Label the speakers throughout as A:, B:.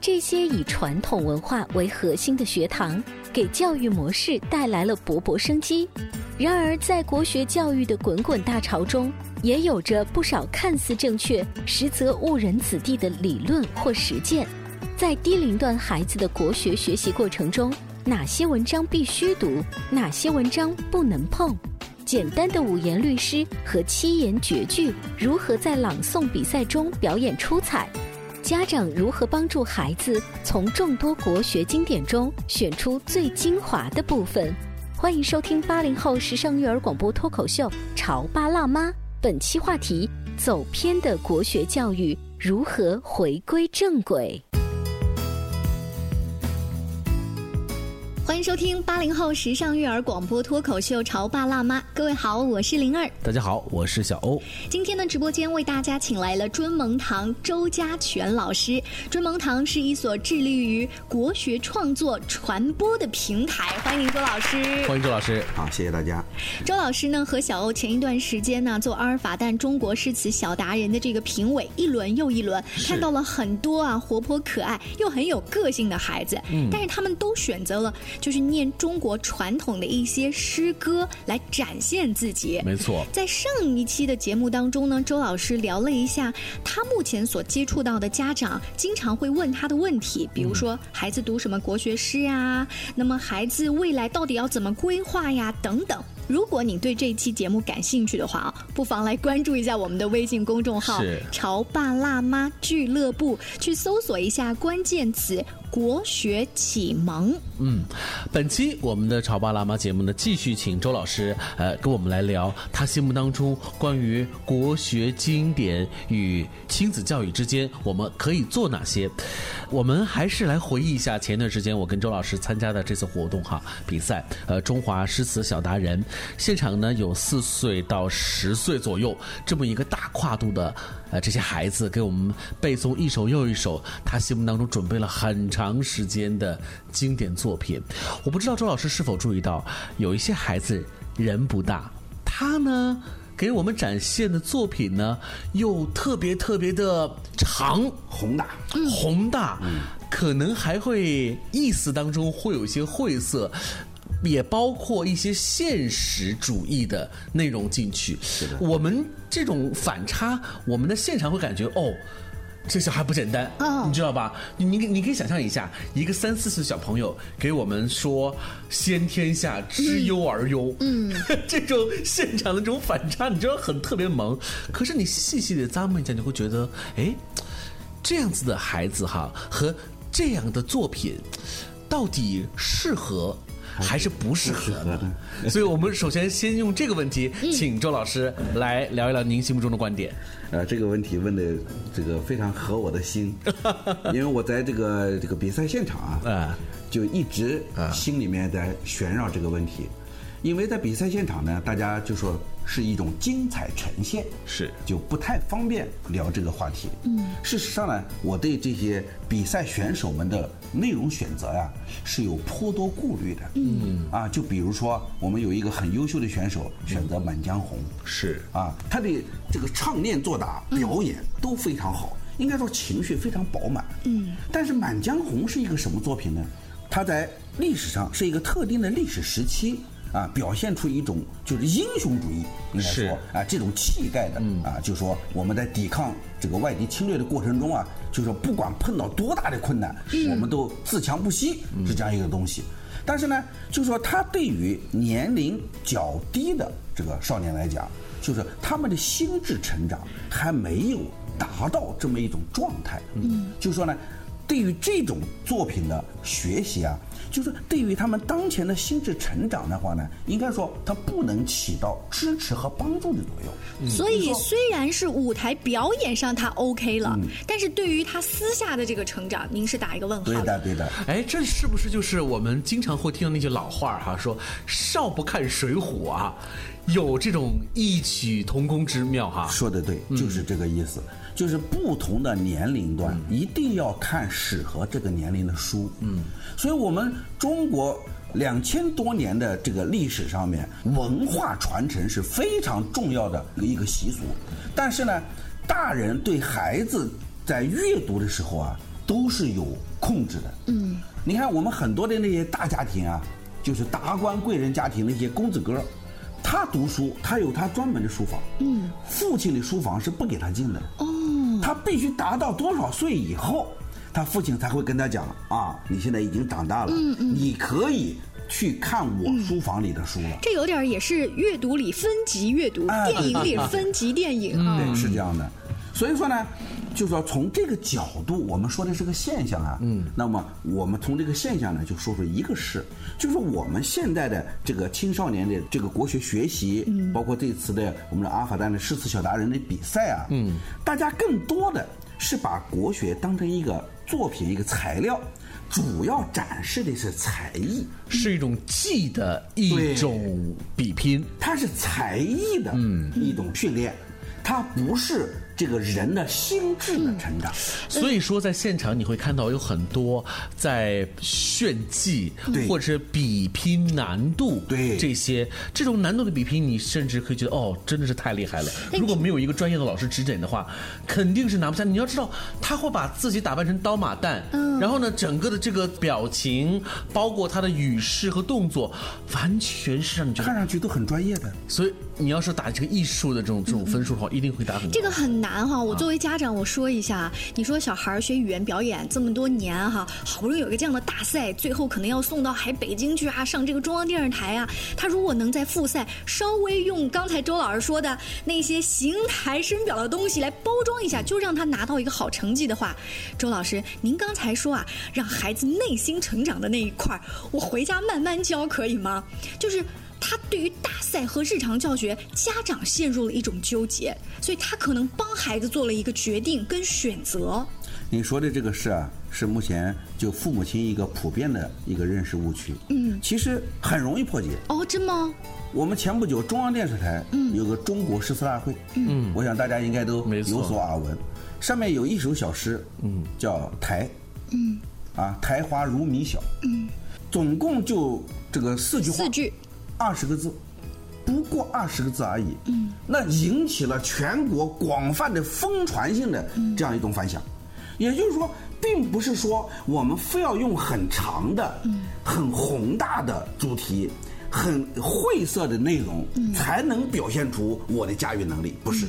A: 这些以传统文化为核心的学堂，给教育模式带来了勃勃生机。然而，在国学教育的滚滚大潮中，也有着不少看似正确，实则误人子弟的理论或实践。在低龄段孩子的国学学习过程中，哪些文章必须读，哪些文章不能碰？简单的五言律诗和七言绝句如何在朗诵比赛中表演出彩？家长如何帮助孩子从众多国学经典中选出最精华的部分？欢迎收听八零后时尚育儿广播脱口秀《潮爸辣妈》。本期话题：走偏的国学教育如何回归正轨？
B: 欢迎收听八零后时尚育儿广播脱口秀《潮爸辣妈》，各位好，我是灵儿。
C: 大家好，我是小欧。
B: 今天的直播间为大家请来了尊蒙堂周家全老师。尊蒙堂是一所致力于国学创作传播的平台，欢迎周老师。
C: 欢迎周老师。
D: 好，谢谢大家。
B: 周老师呢和小欧前一段时间呢做阿尔法蛋中国诗词小达人的这个评委，一轮又一轮，看到了很多啊活泼可爱又很有个性的孩子，但是他们都选择了就是念中国传统的一些诗歌来展现自己。
C: 没错，
B: 在上一期的节目当中呢，周老师聊了一下他目前所接触到的家长经常会问他的问题，比如说孩子读什么国学诗啊，那么孩子未来到底要怎么规划呀，等等。如果你对这一期节目感兴趣的话啊，不妨来关注一下我们的微信公众号
C: 是
B: “潮爸辣妈俱乐部”，去搜索一下关键词“国学启蒙
C: 本期我们的潮爸辣妈节目呢，继续请周老师呃跟我们来聊他心目当中关于国学经典与亲子教育之间，我们可以做哪些？我们还是来回忆一下前一段时间我跟周老师参加的这次活动哈比赛，呃，中华诗词小达人，现场呢有四岁到十岁左右这么一个大跨度的。呃，这些孩子给我们背诵一首又一首他心目当中准备了很长时间的经典作品。我不知道周老师是否注意到，有一些孩子人不大，他呢给我们展现的作品呢又特别特别的长
D: 宏大，
C: 宏大，可能还会意思当中会有一些晦涩。也包括一些现实主义的内容进去。是的，我们这种反差，我们的现场会感觉哦，这小孩不简单，
B: 哦
C: 你知道吧？你你你可以想象一下，一个三四岁小朋友给我们说“先天下之忧而忧”，嗯， 这种现场的这种反差，你知道很特别萌。可是你细细的咂摸一下，你会觉得，哎，这样子的孩子哈和这样的作品，到底适合？还是不适合呢？ 所以我们首先先用这个问题，请周老师来聊一聊您心目中的观点。
D: 呃，这个问题问的这个非常合我的心，因为我在这个这个比赛现场啊，
C: 啊，
D: 就一直心里面在旋绕这个问题，因为在比赛现场呢，大家就说是一种精彩呈现，
C: 是
D: 就不太方便聊这个话题。嗯，事实上呢，我对这些比赛选手们的内容选择呀、是有颇多顾虑的。嗯，啊，就比如说我们有一个很优秀的选手选择《满江红》，
C: 是
D: 啊，他的这个唱念做打、表演都非常好，应该说情绪非常饱满。嗯，但是《满江红》是一个什么作品呢？它在历史上是一个特定的历史时期啊，表现出一种就是英雄主义，应该
C: 是
D: 说啊这种气概的、啊，就说我们在抵抗这个外敌侵略的过程中啊，就说不管碰到多大的困难，我们都自强不息，是这样一个东西。但是呢，就说他对于年龄较低的这个少年来讲，就是他们的心智成长还没有达到这么一种状态。嗯，就说呢，对于这种作品的学习啊，就是对于他们当前的心智成长的话呢，应该说它不能起到支持和帮助的作用。
B: 所以虽然是舞台表演上他 OK 了，但是对于他私下的这个成长，您是打一个问号
D: 对
B: 的。
D: 的，对的。
C: 哎，这是不是就是我们经常会听到那句老话儿哈、说“少不看水浒”啊，有这种异曲同工之妙哈、
D: 说的对，就是这个意思。就是不同的年龄段，一定要看适合这个年龄的书。嗯，所以我们中国两千多年的这个历史上面，文化传承是非常重要的一个习俗。但是呢，大人对孩子在阅读的时候啊，都是有控制的。嗯，你看我们很多的那些大家庭啊，就是达官贵人家庭那些公子哥儿。他读书，他有他专门的书房。嗯，父亲的书房是不给他进的。哦，他必须达到多少岁以后，他父亲才会跟他讲啊，你现在已经长大了，嗯嗯，你可以去看我书房里的书了。
B: 这有点儿也是阅读里分级阅读，
D: 哎
B: 电影里分级电影啊。
D: 对，是这样的。所以说呢，就说从这个角度，我们说的是个现象啊。嗯。那么我们从这个现象呢，就说出一个事，就是我们现在的这个青少年的这个国学学习，嗯、包括这次的我们的阿法蛋的诗词小达人的比赛啊，嗯，大家更多的是把国学当成一个作品、一个材料，主要展示的是才艺。
C: 是一种技的一
D: 对
C: 种比拼。
D: 它是才艺的一种训练，它不是这个人的心智的成长。
C: 所以说，在现场你会看到有很多在炫技
D: 对
C: 或者是比拼难度，
D: 对
C: 这些这种难度的比拼，你甚至可以觉得哦，真的是太厉害了。如果没有一个专业的老师指点的话，肯定是拿不下。你要知道，他会把自己打扮成刀马旦，
B: 嗯
C: 然后呢，整个的这个表情，包括他的语势和动作，完全是让你觉得
D: 看。上去都很专业的，
C: 所以你要说打这个艺术的这种这种分数的话，一定会打很高。
B: 这个很难哈，我作为家长，我说一下，你说小孩儿学语言表演这么多年哈，好不容易有一个这样的大赛，最后可能要送到还北京去啊，上这个中央电视台啊，他如果能在复赛稍微用刚才周老师说的那些形态深表的东西来包装一下，就让他拿到一个好成绩的话，周老师，您刚才说啊，让孩子内心成长的那一块儿，我回家慢慢教可以吗？就是。他对于大赛和日常教学，家长陷入了一种纠结，所以他可能帮孩子做了一个决定跟选择。
D: 你说的这个事啊，是目前就父母亲一个普遍的一个认识误区。嗯，其实很容易破解。
B: 哦，真吗？
D: 我们前不久中央电视台有个中国诗词大会，嗯，我想大家应该都
C: 没错
D: 有所耳闻。上面有一首小诗，嗯，叫《苔》，嗯，啊，苔花如米小，嗯，总共就这个四句话，
B: 四句，
D: 二十个字，不过二十个字而已。嗯，那引起了全国广泛的疯传性的这样一种反响。也就是说，并不是说我们非要用很长的、很宏大的主题。很晦涩的内容才能表现出我的驾驭能力，不是？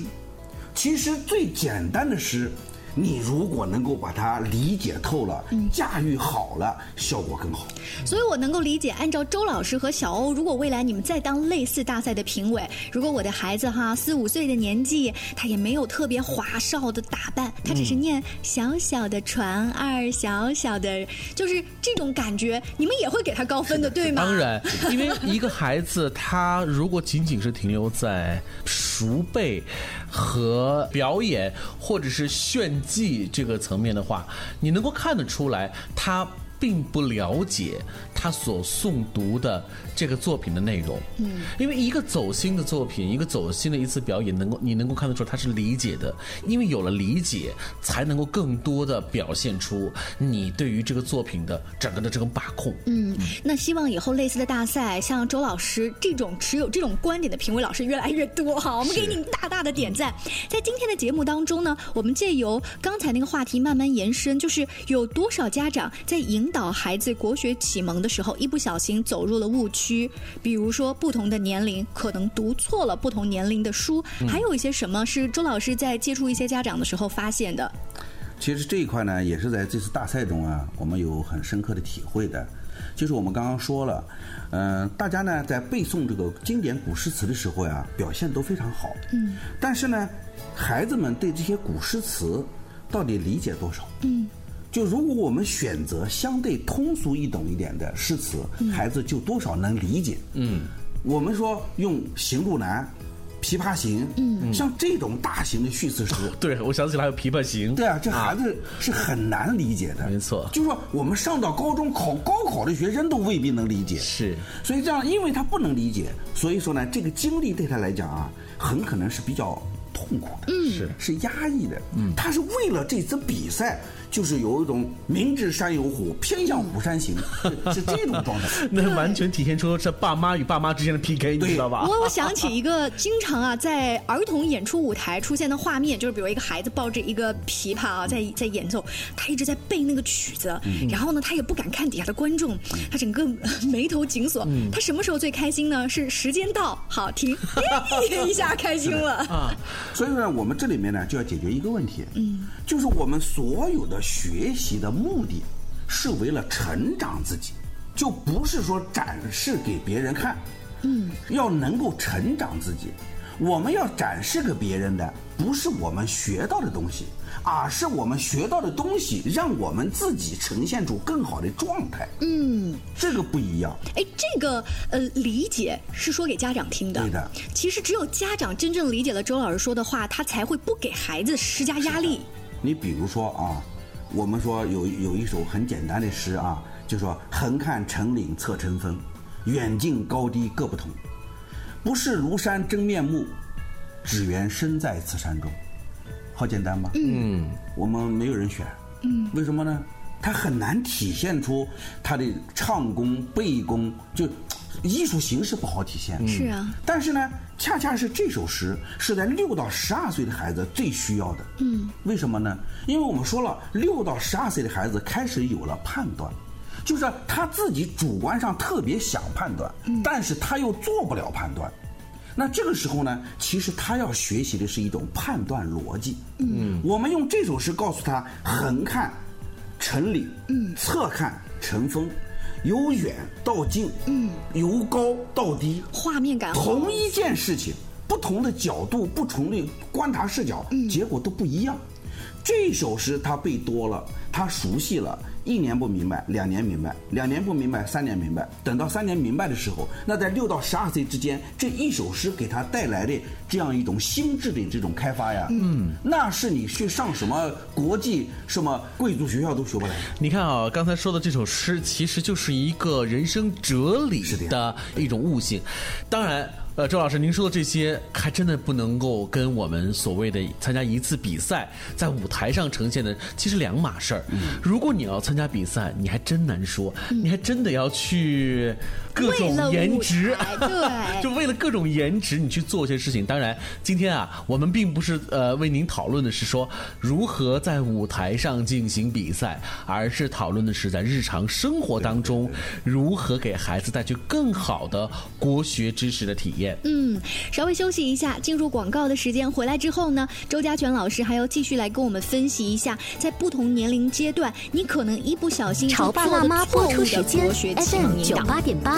D: 其实最简单的诗，你如果能够把它理解透了、驾驭好了，效果更好。
B: 所以我能够理解。按照周老师和小欧，如果未来你们再当类似大赛的评委，如果我的孩子哈四五岁的年纪，他也没有特别华少的打扮，他只是念小小的船儿，小小的，就是这种感觉，你们也会给他高分的，对吗？
C: 当。然，因为一个孩子他如果仅仅是停留在熟背和表演或者是炫技这个层面的话，你能够看得出来他。并不了解他所诵读的这个作品的内容。嗯，因为一个走心的作品，一个走心的一次表演，能够你能够看得出他是理解的，因为有了理解，才能够更多的表现出你对于这个作品的整个的这种把控。
B: 嗯，那希望以后类似的大赛，像周老师这种持有这种观点的评委老师越来越多哈，我们给你大大的点赞。在今天的节目当中呢，我们借由刚才那个话题慢慢延伸，就是有多少家长在引导孩子国学启蒙的时候，一不小心走入了误区，比如说不同的年龄可能读错了不同年龄的书，还有一些什么是周老师在接触一些家长的时候发现的？
D: 其实这一块呢，也是在这次大赛中啊，我们有很深刻的体会的。就是我们刚刚说了，嗯、大家呢在背诵这个经典古诗词的时候呀、表现都非常好。嗯。但是呢，孩子们对这些古诗词到底理解多少？嗯。就如果我们选择相对通俗易懂一点的诗词，孩子就多少能理解。嗯。我们说用《行路难》《琵琶行》，嗯，像这种大型的叙事诗，
C: 对，我想起来还有《琵琶行》。
D: 对啊，这孩子是很难理解的。
C: 没错
D: 就说我们上到高中考高考的学生都未必能理解。
C: 是，
D: 所以这样，因为他不能理解，所以说呢，这个经历对他来讲啊，很可能是比较痛苦的，嗯，是是压抑的，嗯，他是为了这次比赛，就是有一种明知山有虎，偏向虎山行，是是这种状态。
C: 那完全体现出这爸妈与爸妈之间的 PK，你知道吧？
B: 我我想起一个经常啊，在儿童演出舞台出现的画面，就是比如一个孩子抱着一个琵琶啊，在在演奏，他一直在背那个曲子，
C: 嗯
B: 然后呢，他也不敢看底下的观众，他整个眉头紧锁。
C: 嗯
B: 他什么时候最开心呢？是时间到，好 停， 耶一下开心了。
D: 所以说呢，我们这里面呢就要解决一个问题，嗯，就是我们所有的学习的目的是为了成长自己，就不是说展示给别人看，嗯，要能够成长自己。我们要展示给别人的不是我们学到的东西，而是我们学到的东西让我们自己呈现出更好的状态，
B: 嗯，
D: 这个不一样。
B: 哎，这个呃理解是说给家长听的。
D: 对的，
B: 其实只有家长真正理解了周老师说的话，他才会不给孩子施加压力。
D: 你比如说啊，我们说有有一首很简单的诗啊，就说“横看成岭侧成峰，远近高低各不同。不识庐山真面目，只缘身在此山中。”好简单吧？嗯，我们没有人选。嗯，为什么呢？它很难体现出它的唱功、背功，就艺术形式不好体现。
B: 是啊，
D: 但是呢，恰恰是这首诗是在六到十二岁的孩子最需要的。嗯，为什么呢？因为我们说了，六到十二岁的孩子开始有了判断，就是他自己主观上特别想判断，但是他又做不了判断。那这个时候呢，其实他要学习的是一种判断逻辑。嗯，我们用这首诗告诉他：横看成岭，嗯，侧看成峰，由远到近，嗯，由高到低，
B: 画面感好
D: 同一件事情，不同的角度、不同的观察视角，
B: 嗯
D: 结果都不一样。这首诗他背多了，他熟悉了，一年不明白，两年明白，两年不明白，三年明白。等到三年明白的时候，那在六到十二岁之间，这一首诗给他带来的这样一种心智的这种开发呀，嗯，那是你去上什么国际什么贵族学校都学不来的。
C: 你看啊，刚才说的这首诗，其实就是一个人生哲理
D: 是这
C: 的一种悟性。当然，呃，周老师，您说的这些，还真的不能够跟我们所谓的参加一次比赛在舞台上呈现的，其实两码事儿。
B: 嗯
C: 如果你要参加比赛，你还真难说，你还真的要去各种
B: 为了舞
C: 颜值
B: 台，对
C: 就为了各种颜值，你去做一些事情。当然，今天啊，我们并不是呃为您讨论的是说如何在舞台上进行比赛，而是讨论的是在日常生活当中如何给孩子带去更好的国学知识的体验。
B: 嗯，稍微休息一下，进入广告的时间。回来之后呢，周家全老师还要继续来跟我们分析一下，在不同年龄阶段，你可能一不小心就
A: 潮爸辣妈
B: 做
A: 播
B: 了错
A: 出
B: 误的
A: 时间
B: 国学启
A: ：FM
B: 蒙
A: 九
B: 引导。
A: 八点八，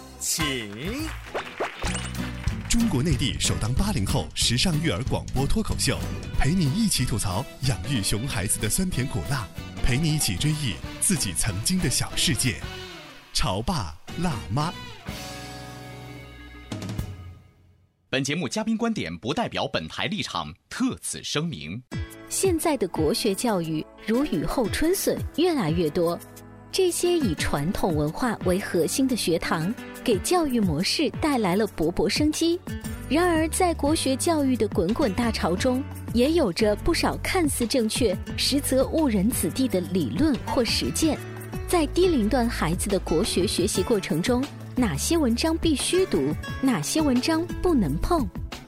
E: 请。
F: 中国内地首档八零后时尚育儿广播脱口秀，陪你一起吐槽养育熊孩子的酸甜苦辣，陪你一起追忆自己曾经的小世界。潮爸辣妈，
G: 本节目嘉宾观点不代表本台立场，特此声明。
A: 现在的国学教育如雨后春笋，越来越多。这些以传统文化为核心的学堂，给教育模式带来了勃勃生机。然而，在国学教育的滚滚大潮中，也有着不少看似正确，实则误人子弟的理论或实践。在低龄段孩子的国学学习过程中，哪些文章必须读，哪些文章不能碰？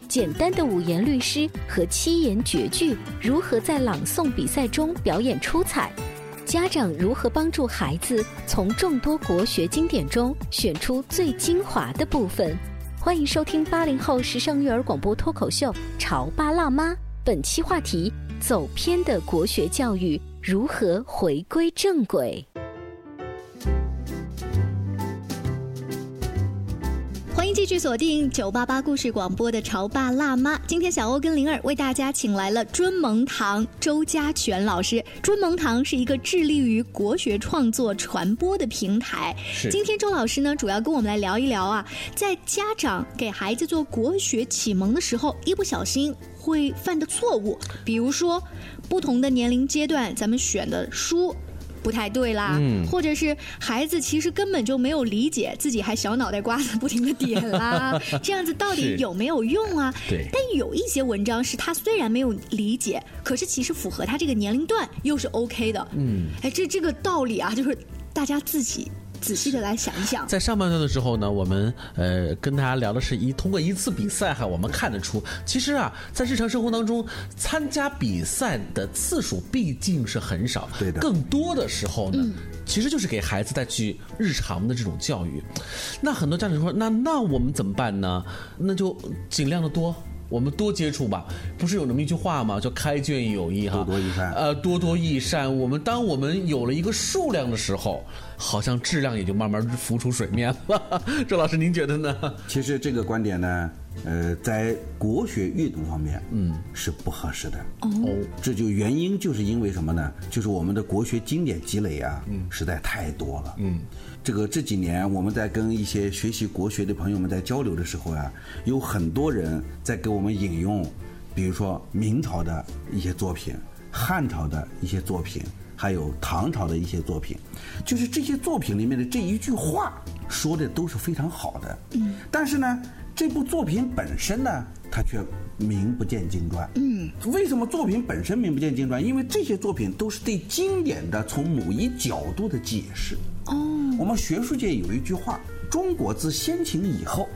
A: 简单的五言律诗和七言绝句如何在朗诵比赛中表演出彩？家长如何帮助孩子从众多国学经典中选出最精华的部分？欢迎收听八零后时尚育儿广播脱口秀《潮爸辣妈》。本期话题：走偏的国学教育如何回归正轨？
B: 欢迎继续锁定九八八故事广播的《潮爸辣妈》。今天小欧跟灵儿为大家请来了尊蒙堂周家全老师。尊蒙堂是一个致力于国学创作传播的平台。今天周老师呢，主要跟我们来聊一聊啊，在家长给孩子做国学启蒙的时候，一不小心会犯的错误，比如说不同的年龄阶段，咱们选的书。不太对啦，
C: 嗯
B: 或者是孩子其实根本就没有理解，自己还小脑袋瓜子不停的点 啦，这样子到底
C: 是
B: 有没有用啊？
C: 对
B: 但有一些文章是他虽然没有理解，可是其实符合他这个年龄段又是 OK 的。嗯，哎，这这个道理啊，就是大家自己仔细的来想一 想。
C: 在上半段的时候呢，我们呃跟大家聊的是一通过一次比赛哈，我们看得出，其实啊，在日常生活当中，参加比赛的次数毕竟是很少，
D: 对的
C: 更多的时候呢。其实就是给孩子带去日常的这种教育，那很多家长说，那那我们怎么办呢？那就尽量的多，我们多接触吧。不是有那么一句话吗？叫开卷有益哈，
D: 多多益善
C: 呃，多多益善。我们当我们有了一个数量的时候，好像质量也就慢慢浮出水面了。 周老师，您觉得呢？
D: 其实这个观点呢，呃，在国学阅读方面，嗯，是不合适的。哦，这就原因就是因为什么呢？就是我们的国学经典积累啊，嗯，实在太多了。嗯，这个这几年我们在跟一些学习国学的朋友们在交流的时候啊，有很多人在给我们引用，比如说明朝的一些作品，汉朝的一些作品。还有唐朝的一些作品，就是这些作品里面的这一句话说的都是非常好的，嗯，但是呢，这部作品本身呢，它却名不见经传，嗯，为什么作品本身名不见经传？因为这些作品都是对经典的从某一角度的解释。哦，我们学术界有一句话：“中国自先秦以后，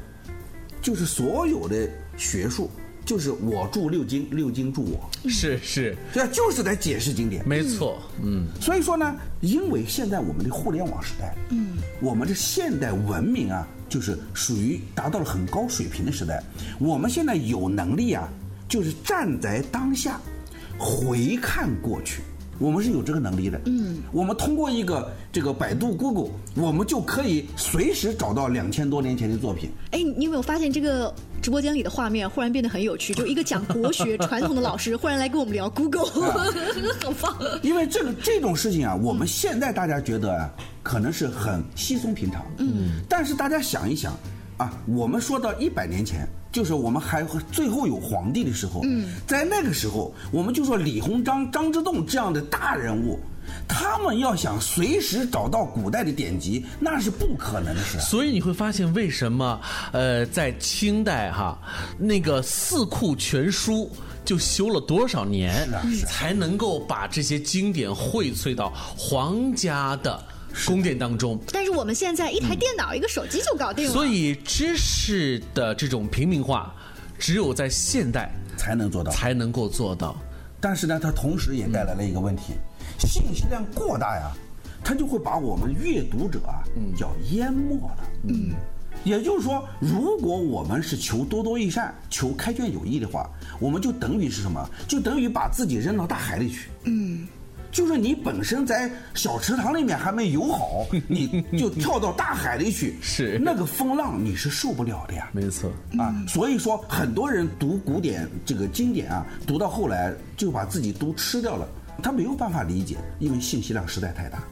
D: 就是所有的学术，就是我著六经，六经著我。”
C: 是是，
D: 对啊，就是在解释经典。
C: 没错，嗯，
D: 所以说呢，因为现在我们的互联网时代，嗯，我们的现代文明啊，就是属于达到了很高水平的时代。我们现在有能力啊，就是站在当下，回看过去。我们是有这个能力的，嗯，我们通过一个这个百度、Google，我们就可以随时找到两千多年前的作品。
B: 哎，你有没有发现这个直播间里的画面忽然变得很有趣？就一个讲国学传统的老师，忽然来跟我们聊 Google，好 棒！
D: 因为这个这种事情啊，我们现在大家觉得啊，可能是很稀松平常，嗯，但是大家想一想啊，我们说到一百年前，就是我们还和最后有皇帝的时候，嗯，在那个时候，我们就说李鸿章、张之洞这样的大人物。他们要想随时找到古代的典籍，那是不可能的事啊。
C: 所以你会发现为什么呃，在清代哈，那个四库全书。就修了多少年，
D: 啊
C: 才能够把这些经典荟萃到皇家的宫殿当中？
B: 但是我们现在一台电脑、一个手机就搞定
D: 啊
B: 了，
C: 所以知识的这种平民化，只有在现代
D: 才能做到。
C: 才能够做到。
D: 但是呢，它同时也带来了一个问题，信息量过大呀，它就会把我们阅读者啊，叫淹没了。嗯，也就是说，如果我们是求多多益善、求开卷有益的话，我们就等于是什么？就等于把自己扔到大海里去。嗯，就是你本身在小池塘里面还没游好， 你就跳到大海里去，
C: 是
D: 那个风浪你是受不了的呀。
C: 没错，
D: 啊，所以说很多人读古典这个经典啊，读到后来就把自己读吃掉了，他没有办法理解，因为信息量实在太大。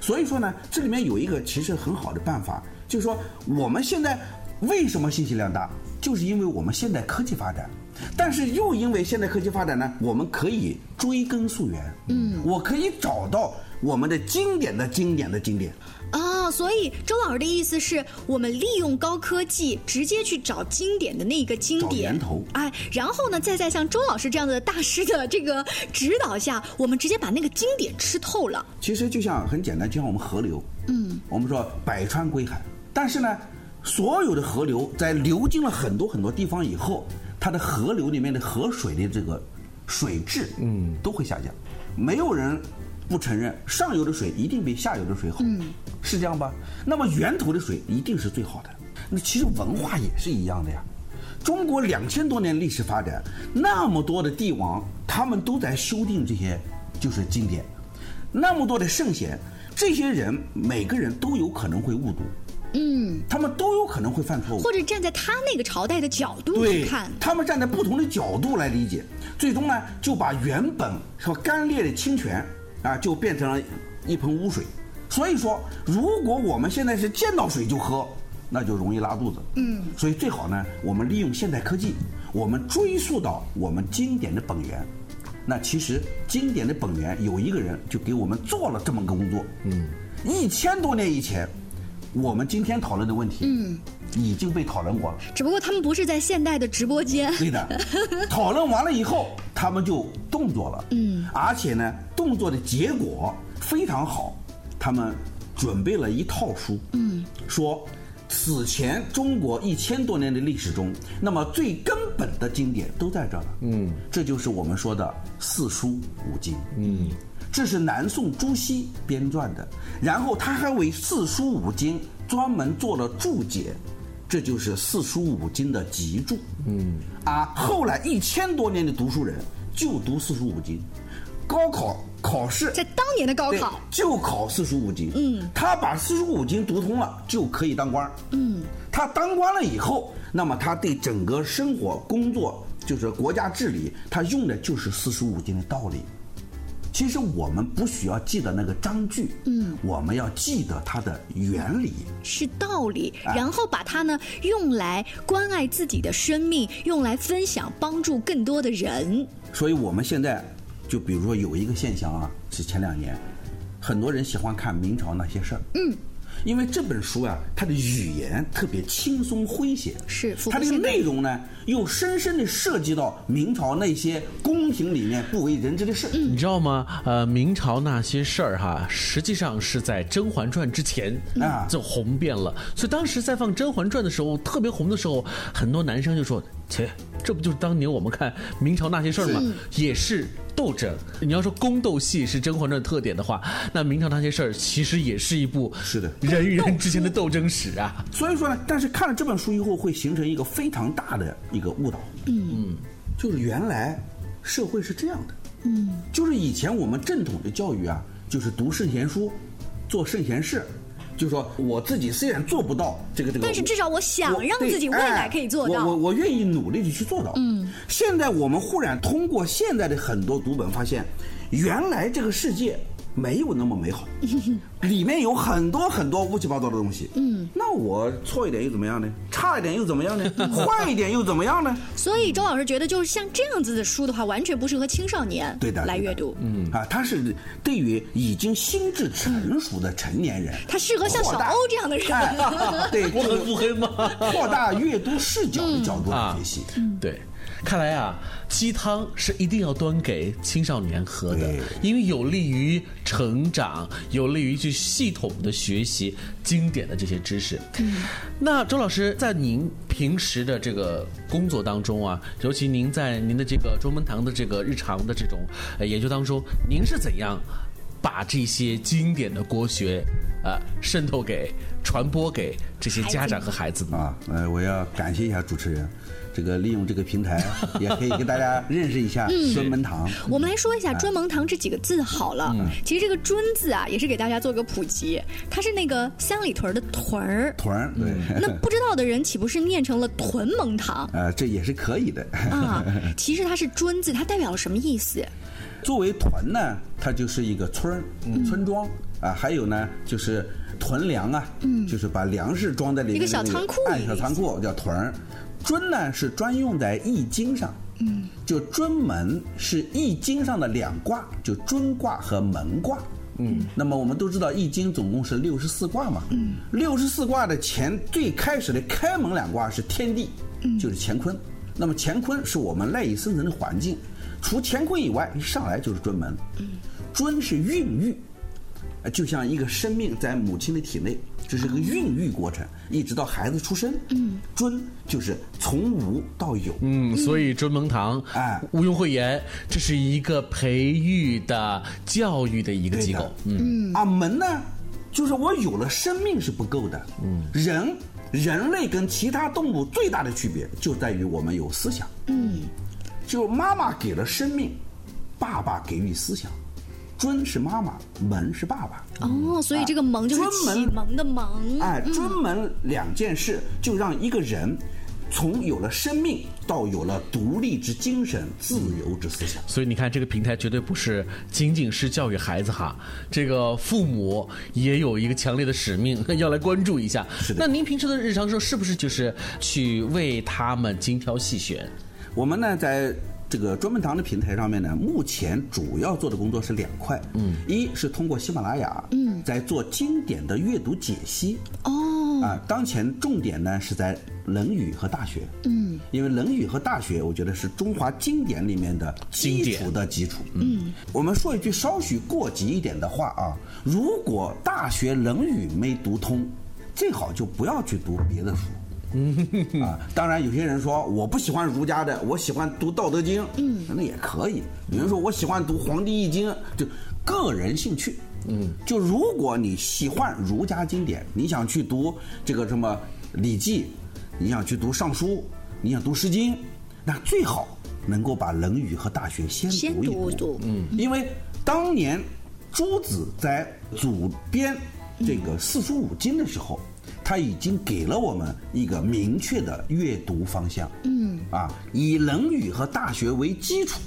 D: 所以说呢，这里面有一个其实很好的办法，就是说我们现在为什么信息量大，就是因为我们现代科技发展。但是又因为现代科技发展呢，我们可以追根溯源，嗯，我可以找到我们的经典的经典的经典，
B: 哦，所以周老师的意思是我们利用高科技直接去找经典的那个经
D: 找
B: 典
D: 源，头。
B: 哎，然后呢，再在像周老师这样的大师的这个指导下，我们直接把那个经典吃透了。
D: 其实就像很简单，就像我们河流，嗯，我们说百川归海，但是呢，所有的河流在流经了很多很多地方以后，它的河流里面的河水的这个水质，嗯，都会下降。没有人不承认上游的水一定比下游的水好，是这样吧？那么源头的水一定是最好的。那其实文化也是一样的呀。中国两千多年历史发展，那么多的帝王，他们都在修订这些就是经典，那么多的圣贤，这些人每个人都有可能会误读，嗯，他们都有可能会犯错误，
B: 或者站在他那个朝代的角度
D: 对
B: 去看，
D: 他们站在不同的角度来理解，最终呢就把原本说干裂的清泉啊，就变成了一盆污水。所以说，如果我们现在是见到水就喝，那就容易拉肚子。嗯，所以最好呢，我们利用现代科技，我们追溯到我们经典的本源。那其实经典的本源有一个人就给我们做了这么个工作。嗯，一千多年以前，我们今天讨论的问题，嗯，已经被讨论过了。
B: 只不过他们不是在现代的直播 间，
D: 对的，讨论完了以后，他们就动作了，嗯，而且呢，动作的结果非常好，他们准备了一套书，嗯，说此前中国一千多年的历史中，那么最根本的经典都在这儿了，嗯，这就是我们说的四书五经，嗯。这是南宋朱熹编撰的，然后他还为四书五经专门做了注解，这就是四书五经的集注。嗯，啊，后来一千多年的读书人就读四书五经，高考考试
B: 在当年的高
D: 对
B: 考，
D: 就考四书五经。嗯，他把四书五经读通了，就可以当官。嗯，他当官了以后，那么他对整个生活、工作，就是国家治理，他用的就是四书五经的道理。其实我们不需要记得那个章句，嗯，我们要记得它的原理。
B: 是道理，
D: 啊
B: 然后把它呢用来关爱自己的生命，用来分享，帮助更多的人。
D: 所以我们现在就比如说有一个现象啊，是前两年很多人喜欢看明朝那些事儿，嗯，因为这本书啊，它的语言特别轻松诙谐，
B: 是符合
D: 它的
B: 现代
D: 内容呢又深深的涉及到明朝那些宫廷里面不为人知的事，嗯，
C: 你知道吗？呃，明朝那些事儿哈，实际上是在《甄嬛传》之前
D: 啊
C: 就红遍了。所以当时在放《甄嬛传》的时候，特别红的时候，很多男生就说：“切，这不就是当年我们看明朝那些事儿吗？也是斗争。你要说宫斗戏是《甄嬛传》特点的话，那明朝那些事儿其实也是一部
D: 是的
C: 人与人之间的斗争史啊。
D: 所以说呢，但是看了这本书以后，会形成一个非常大的一个误导。嗯，就是原来社会是这样的。嗯，就是以前我们正统的教育啊，就是读圣贤书，做圣贤事，就说我自己虽然做不到这个这个，
B: 但是至少我想
D: 我
B: 让
D: 对
B: 自己未来
D: 哎
B: 可以做到
D: 我我我愿意努力的去做到。嗯，现在我们忽然通过现在的很多读本发现，原来这个世界没有那么美 好，里面有很多很多乌七八糟的东西。嗯，那我错一点又怎么样呢？差一点又怎么样 呢？坏一点又怎么样呢？
B: 所以周老师觉得，就是像这样子的书的话，完全不适合青少年
D: 对的
B: 来
D: 对的
B: 阅读。
D: 嗯啊，他是对于已经心智成熟的成年人，
B: 它适嗯合像小
D: 扩大
B: 欧这样的人。嗯
D: 哎对，
C: 我
D: 这
C: 很腹
D: 个
C: 黑吗？
D: 扩大阅读视角的角度来
C: 啊
D: 学习。
C: 对，看来啊，鸡汤是一定要端给青少年喝的
D: 对，
C: 因为有利于成长，有利于去系统的学习经典的这些知识。那周老师在您平时的这个工作当中啊，尤其您在您的这个中文堂的这个日常的这种呃研究当中，您是怎样？把这些经典的国学，呃，渗透给、传播给这些家长和孩子们。
D: 啊，呃，我要感谢一下主持人，这个利用这个平台，也可以给 大家认识一下孙门堂。
B: 嗯我们来说一下“专蒙堂”这几个字好了。
D: 嗯
B: 其实这个“专”字啊，也是给大家做个普及，它是那个乡里屯儿的“屯 儿
D: 屯儿，对，”。
B: 那不知道的人岂不是念成了“屯蒙 堂
D: 呃，这也是可以的。”
B: 啊？其实它是“专”字，它代表了什么意思？
D: 作为屯呢，它就是一个村儿、
B: 嗯
D: 村庄啊，还有呢就是屯粮啊，就是把粮食装在里面
B: 嗯
D: 的
B: 一个小
D: 那
B: 仓库
D: 哎
B: 一个
D: 小
B: 意思
D: 仓库叫屯儿。专呢是专用在易经上，嗯，就专门是易经上的两卦，就尊卦和门卦。嗯，那么我们都知道《易经》总共是六十四卦嘛。嗯，六十四卦的前最开始的开门两卦是天地，就是乾坤。那么乾坤是我们赖以生存的环境，除乾坤以外，一上来就是尊门。嗯，尊是孕育，呃，就像一个生命在母亲的体内，这是个孕育过程，一直到孩子出生。嗯，尊就是从无到有。
C: 嗯，所以追蒙堂，
D: 哎
C: 毋庸讳言，这是一个培育的、教育的一个
D: 对
C: 机
D: 的
C: 构。嗯，
D: 啊，门呢，就是我有了生命是不够的。嗯，人，人类跟其他动物最大的区别就在于我们有思想。嗯，就妈妈给了生命，爸爸给予思想。尊是妈妈，门是爸爸。
B: 哦，所以这个“蒙”就是
D: 嗯啊专
B: 启
D: 门
B: 蒙的“蒙”。
D: 哎，专门两件事就让一个人从有了生命到有了独立之精神、自由之思想。
C: 所以你看，这个平台绝对不是仅仅是教育孩子哈，这个父母也有一个强烈的使命 要来关注一下。
D: 是的
C: 那您平时的日常生活是不是就是去为他们精挑细选？
D: 我们呢，在这个专门堂的平台上面呢，目前主要做的工作是两块，嗯，一是通过喜马拉雅，嗯，在做经典的阅读解析，
B: 哦，
D: 啊，当前重点呢是在《论语》和《大学》，嗯，因为《论语》和《大学》，我觉得是中华经典里面的
C: 经
D: 基
C: 典
D: 础的基础，嗯，我们说一句稍许过激一点的话啊，如果《大学》《论语》没读通，最好就不要去读别的书，
B: 嗯
D: 啊，当然有些人说我不喜欢儒家的，我喜欢读《道德经》，嗯，那也可以。有人说我喜欢读《黄帝易经》，就个人兴趣。嗯，就如果你喜欢儒家经典，你想去读这个什么《礼记》，你想去读《尚书》，你想读《诗经》，那最好能够把《论语》和《大学》先
B: 先
D: 一
B: 读一读
D: 嗯，因为当年朱子在主编这个四书五经的时候，他已经给了我们一个明确的阅读方向。嗯，啊，以《论语》和《大学》为基础，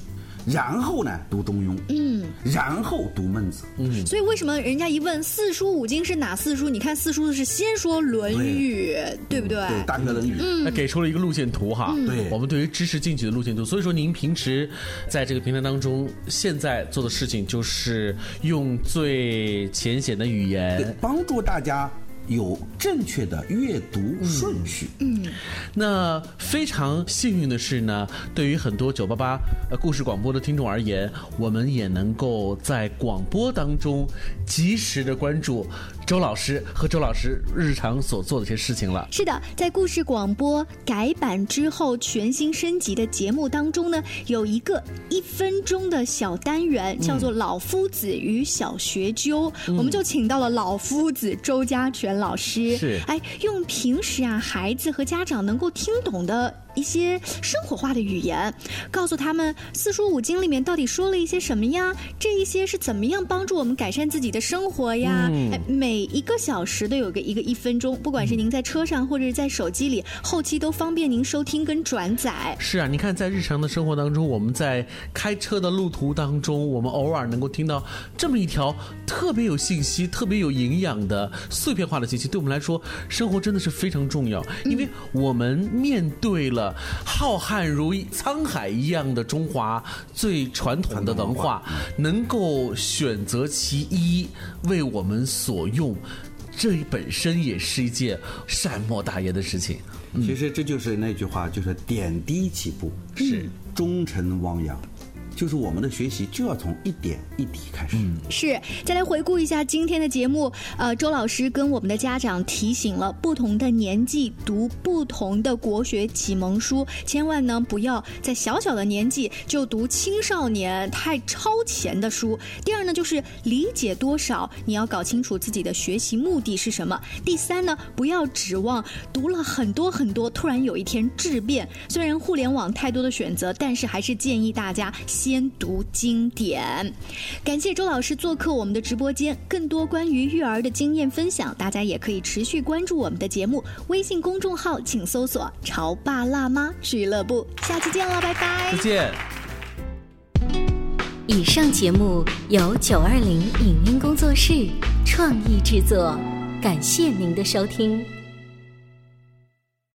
D: 然后呢读《中庸》，嗯，然后读《孟子》，
B: 所以为什么人家一问四书五经是哪四书？你看四书是先说《论语》，对不对？嗯
D: 对，《大学》《论语》。
C: 那给出了一个路线图哈，
D: 嗯对
C: 我们对于知识进取的路线图。所以说，您平时在这个平台当中，现在做的事情就是用最浅显的语
D: 对
C: 言。
D: 帮助大家有正确的阅读顺序。
B: 嗯
C: 那非常幸运的是呢，对于很多九八八呃故事广播的听众而言，我们也能够在广播当中及时的关注周老师和周老师日常所做的一些事情了。
B: 是的，在故事广播改版之后全新升级的节目当中呢，有一个一分钟的小单元，叫做《老夫子与小学究》，我们就请到了老夫子周家全老师。
C: 是
B: 哎，用平时啊孩子和家长能够听懂的一些生活化的语言，告诉他们四书五经里面到底说了一些什么呀？这一些是怎么样帮助我们改善自己的生活呀？哎，每一个小时都有个一个一分钟，不管是您在车上或者是在手机里，后期都方便您收听跟转载。
C: 是啊，你看，在日常的生活当中，我们在开车的路途当中，我们偶尔能够听到这么一条特别有信息、特别有营养的碎片化的信息，对我们来说，生活真的是非常重要，因为我们面对了浩瀚如沧海一样的中华最传统的文化，嗯能够选择其一为我们所用。这本身也是一件善莫大焉的事情。
D: 其实这就是那句话，就是点滴起步，是忠臣汪洋。就是我们的学习就要从一点一滴开始。
B: 是，再来回顾一下今天的节目。呃，周老师跟我们的家长提醒了，不同的年纪读不同的国学启蒙书，千万呢不要在小小的年纪就读青少年太超前的书。第二呢，就是理解多少，你要搞清楚自己的学习目的是什么。第三呢，不要指望读了很多很多，突然有一天质变。虽然互联网太多的选择，但是还是建议大家先读经典。感谢周老师做客我们的直播间，更多关于育儿的经验分享，大家也可以持续关注我们的节目。微信公众号请搜索“潮爸辣妈俱乐部”，下期见了，拜拜
C: 再。见。
A: 以上节目由九二零影音工作室创意制作，感谢您的收听。